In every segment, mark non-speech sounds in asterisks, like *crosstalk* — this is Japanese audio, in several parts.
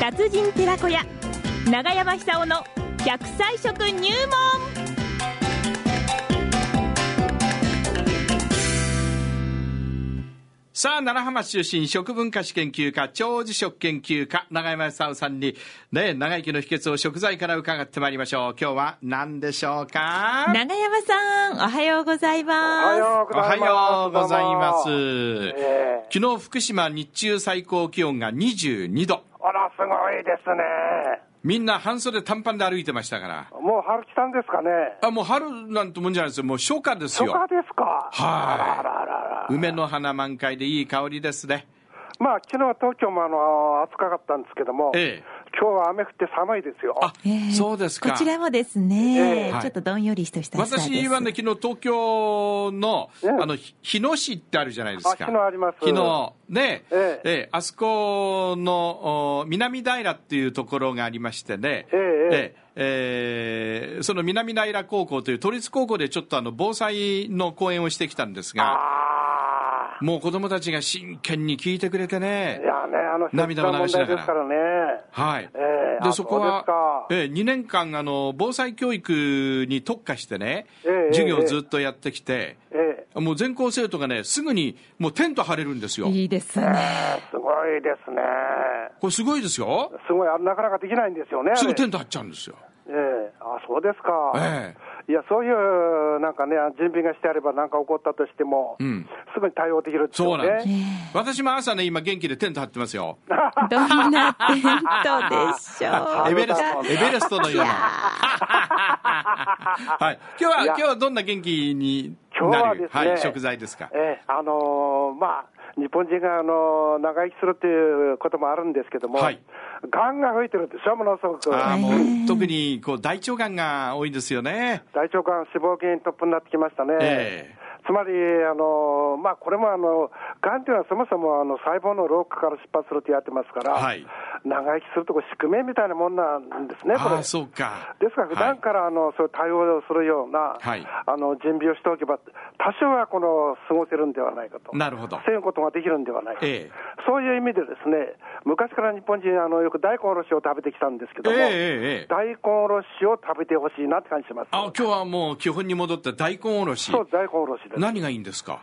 風神寺子屋長山久夫の100歳食入門さあ、奈良浜市出身、食文化史研究家、長寿食研究家、長山久夫さんに、ね、長生きの秘訣を食材から伺ってまいりましょう。今日は何でしょうか長山さんおはようございおはまようおござはいます。ようございます。ええ昨日、福島日中最高気温が22度。あら、すごいですね。みんな半袖短パンで歩いてましたから。もう春来たんですかね。あ、もう春なんてもんじゃないですよ。もう初夏です初よ。夏ですか。あらあらあらあら。梅の花満開でいい香りですね。まあ、昨日は東京もあの暑かかったんですけども、ええ今日は雨降って寒いですよ。あ、す、ええそうですか。こちらもですね、ええはいちょっとどんよりしとした朝です私はね、昨日東京の、ええあの、ひ日野市ってあるじゃないですか。あ日野あります日野ね、ええええあそこの、お南平っていうところがありましてね、えええええその南平高校という都立高校でちょっとあの、防災の講演をしてきたんですが、あもう子供たちが真剣に聞いてくれてーねい、やね、あの、涙を流しながら問題ですからね。はい。ええで、あそこそはう、でええ2年間、あの、防災教育に特化してね、ええ授業をずっとやってきて、ええもう全校生徒がね、すぐにもうテント張れるんですよ。いいですねすごいですね。これすごいですよ。すごい、あなかなかできないんですよね。あれすぐテント張っちゃうんですよ。ええあ、そうですか。えいや、そういう、なんかね、準備がしてあれば、なんか起こったとしても、んすぐに対応できるっていそううなんですね。。私も朝ね、今元気でテント張ってますよ。どんなテントでしょうかエ *laughs* ベレスあト、エベレストのような。はい。今日は、いや今日はどんな元気に今日なはるですね、はい、食材ですか。ええあのーまあ、日本人が、あのー長生きするっていうこともあるんですけども、はいガンが吹いてるでしょ、ものすごく。ああ、大もう、特に、こう、大腸がんが多いですよね。腸がん、死亡原因トップになってきましたね。ええつまり、あのーまあ、これもあの、がんというのはそもそもあの細胞の老化から出発するってやってますから、はい長生きするとこ宿命みたいなもんなんですね、こあれあ、。そうか。ですから、普段からあの、そういう対応をするような、はいあの準備をしておけば、多少はこの過ごせるんではないかと、なるほど防ぐことができるんではないかと、ええそういう意味で、ですね昔から日本人あの、よく大根おろしを食べてきたんですけえどえも、ええええ。大根おろしを食べてほしいなって感じします。あ、今日はもう基本に戻った大根おろし。そう大根おろしです何がいいんですか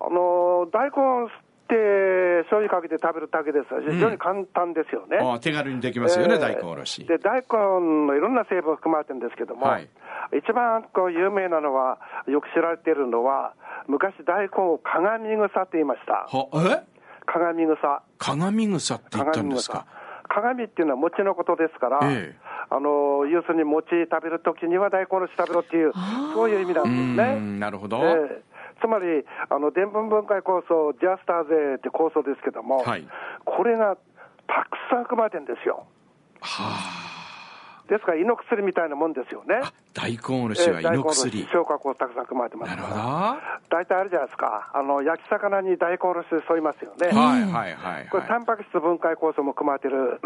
あの大根って醤油かけて食べるだけです非常に簡単ですよね。ああ手軽にできますよね、えー大根おろし。で大根のいろんな成分含まれてるんですけども、はい一番こう有名なのは、よく知られているのは、昔、大根を鏡草って言いました、はえ鏡草、鏡草って言ったん鏡ですか草。鏡っていうのは餅のことですから、ええあの要するに餅食べるときには大根おろし食べろっていう、そういう意味なうーんですね。ん、なるほど。ええつまり、あの、伝文分解構想、ジャスターゼって構想ですけども、はいこれがたくさん含まれてるんですよ。ですから、胃の薬みたいなもんですよね。あ、大根おろしは胃のえ薬。え大根おろし消化をたくさん含まれてますなるかほど。ら。は大体あれじゃないですか、あの、焼き魚に大根おろし添いますよね。いはいはいはい。これ、タンパク質分解酵素も含まれてる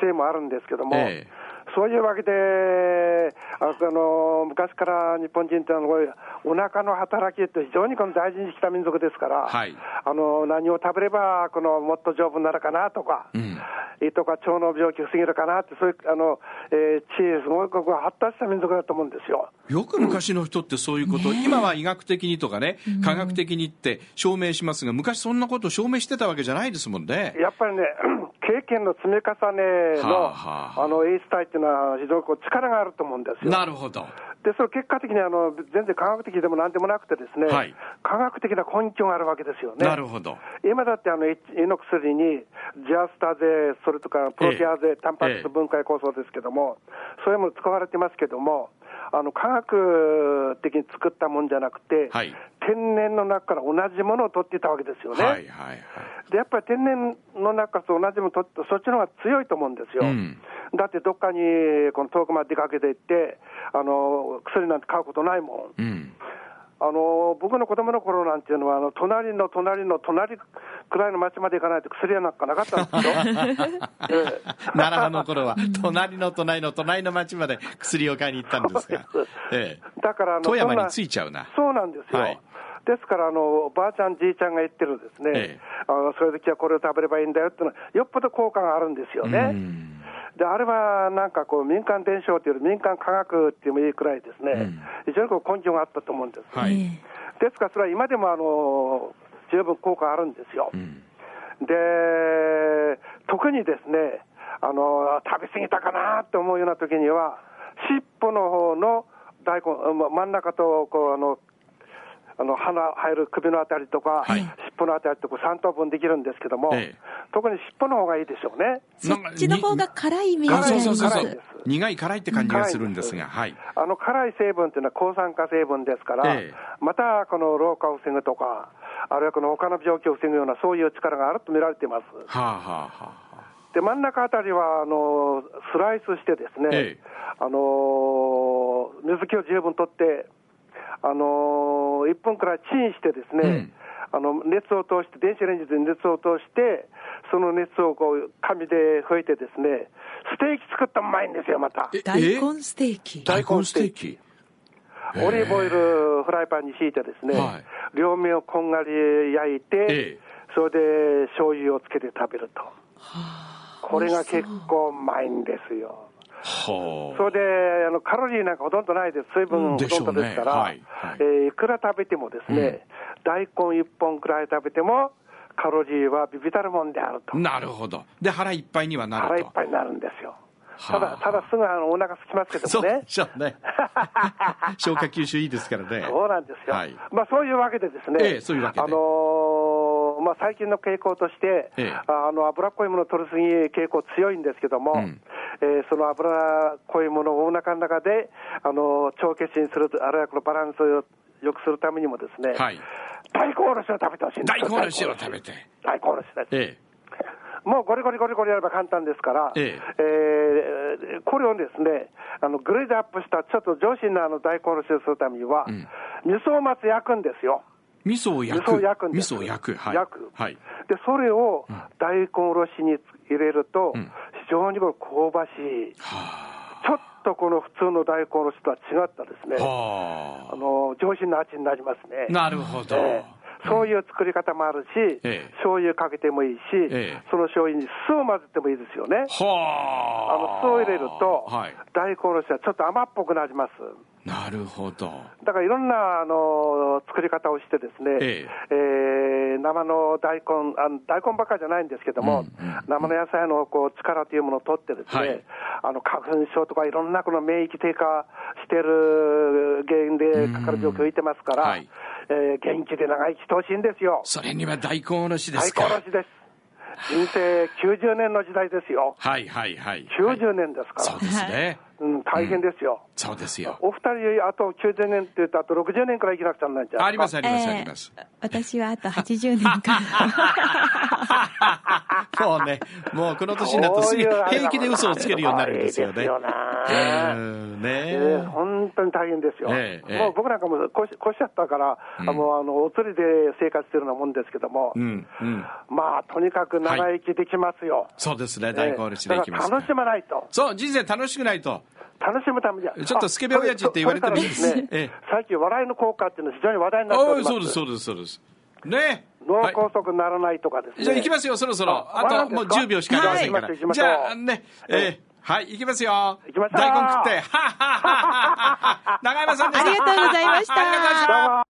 せいもあるんですけども、ええそういうわけで、ああの昔から日本人ってのは、お腹の働きって非常にこの大事にした民族ですから、はいあの何を食べればこのもっと丈夫になるかなとか、うん胃とか腸の病気を防げるかなって、そういうあの、えー知恵、すごいここは発達した民族だと思うんですよ。よく昔の人ってそういうこと、今は医学的にとかね、科学的にって証明しますが、昔そんなことを証明してたわけじゃないですもんね。やっぱりね、 *clears throat* 経験の積み重ねはの、あはああの、エース体っていうのは非常にこう力があると思うんですよ。なるほど。で、それ結果的にあの全然科学的でもなんでもなくてですね、はい科学的な根拠があるわけですよね。なるほど。今だってあの、い胃の薬に、ジアスタゼ、それとかプロテアゼ、ええタンパク質分解酵素ですけども、そういうもの使われてますけども、あの科学的に作ったもんじゃなくて、はい天然の中から同じものを取っていたわけですよね。はいはいはい。でやっぱり天然の中と同じものとそっちの方が強いと思うんですよ、うんだってどっかにこの遠くまで出かけていって、あの薬なんて買うことないもうん。ん。あの僕の子供の頃なんていうのは、あの隣の隣の隣くらいの町まで行かないと薬屋なんかなかった *laughs* んですよ。ええ奈良派の頃は、隣の隣の隣の町まで薬を買いに行ったんですが *laughs* そうで、ええ、だからあの富山そんに着いちゃうなそうなんですよ、はいですからあの、ばあちゃん、じいちゃんが言ってるですね、ええあのそういう時はこれを食べればいいんだよっていうのは、よっぽど効果があるんですよね。うんで、あれはなんかこう、民間伝承というより民間科学っていうのもいいくらいですね、非常にこう根性があったと思うんです。はいええですから、それは今でもあの十分効果あるんですよ。うんで、特にですね、あの食べ過ぎたかなと思うような時には、尻尾の方の大根、うんま真ん中とこうあのあの鼻入る首のあたりとか、はい尻尾のあたりとか3等分できるんですけども、ええ特に尻尾の方がいいでしょうね。なそんかっちの方が辛いイメージがあありそまうす。そうそうそ辛いでう苦い辛いって感じがするんですがはいあの辛い成分というのは抗酸化成分ですから、ええまたこの老化を防ぐとか、あるいはこの他の病気を防ぐような、そういう力があると見られています。はあはあはで、真ん中あたりは、あの、スライスしてですね、ええあの、水気を十分取って、あの、1分くらいチンしてですね、あの熱を通して、電子レンジで熱を通して、その熱をこう紙で拭いて、ですねステーキ作ったらうまいんですよ、また。え大根ステーキ。大根ステーキへえオリーブオイルフライパンに敷いてですね、は両面をこんがり焼いええて、それで醤油をつけて食べると。これが結構うまいんですよ。はそれであのカロリーなんかほとんどないです、水分ほとんどですでしから、ょうねはいはいいえーいくら食べてもですね、大根1本くらい食べても、カロリーはビビたるもんであるとあ、なるほどで腹いっぱいにはな腹いるっとぱいになるんですよ。はたあだ、ただすぐあのお腹空きますけどそうもねで。しょうね *laughs* 消化吸収いいですからねそうなんですよ、はいまあ、そういうわけでですね、ええそういうわけであのーまあ、最近の傾向として、ええあの油っこいものを取りすぎ傾向強いんですけども、うんえーその油っこいものをお腹の中で、あのー、腸血にすると、あるいはこのバランスを良くするためにもですね、はい大根おろしを食べてほしいんで大すよ根おろしを食べて大根おろしです。えもうゴリゴリゴリゴリやれば簡単ですから、えええーこれをですね、あのグレードアップしたちょっと上品なあの大根おろしをするためには、ん味噌をまず焼くんですよ。え味噌を焼く味噌を焼くんで味す噌を焼くはい焼くはいで、それを大根おろしに入れると、ん非常にこう香ばしい、はちょっとこの普通の大根おろしとは違ったですあね、はあの上品な味になりますね。あなるほどええそういう作り方もあるし、ええ醤油かけてもいいし、ええその醤油に酢を混ぜてもいいですよね。はあの酢を入れると、はい大根おろしはちょっと甘っぽくなります。なるほどだからいろんなあの作り方をしてですね、ええー生の大根あの、大根ばっかりじゃないんですけども、うんうん生の野菜のこう力というものを取ってですね、はいあの花粉症とかいろんなこの免疫低下してる原因でかかる状況をいてますから、はいえー元気で長生きしてほしいんですよ。それには大根おろしで大す根おろかしです。人生90年の時代ですよ。はいはいはいはい90年ですかそら、うですねうん、大変ですよ。そうですよお二人よりあと90年って言うと、あと60年からい生きなくちゃならないんじゃなあいりでますすか。ありますあええります私はあと80年かもうね、もうこの年になるとすぐ平気で嘘をつけるようになるんですよね。そういうあうれだもーんんねねええ本当に大変ですよ、ええええもう僕なんかもうこしこしちゃったから、あもうあのお釣りで生活してるようなもんですけども、うん、うん。まあとにかく長生きできますよ、そうですね、ええ大根おろしでいきますだから楽しか。まないと、そう、人生楽しくないと。楽しむためには、ちょっとスケベ親父って言われてるんですあそれからねええ最近、笑いの効果っていうのは非常に話題になっておおりい、ますそうです、そうです、そうです。ね脳はい梗塞にならないとかですね、じゃあ行きますよ、そろそろ。ああまだとですもうか10秒しかありませんかはらい行き。ましじょうゃあね、えーはい、行きますよ。行きましょう大根食って、はっはっはっはっは。長山さんでした。ありがとうございましたありがとうございました。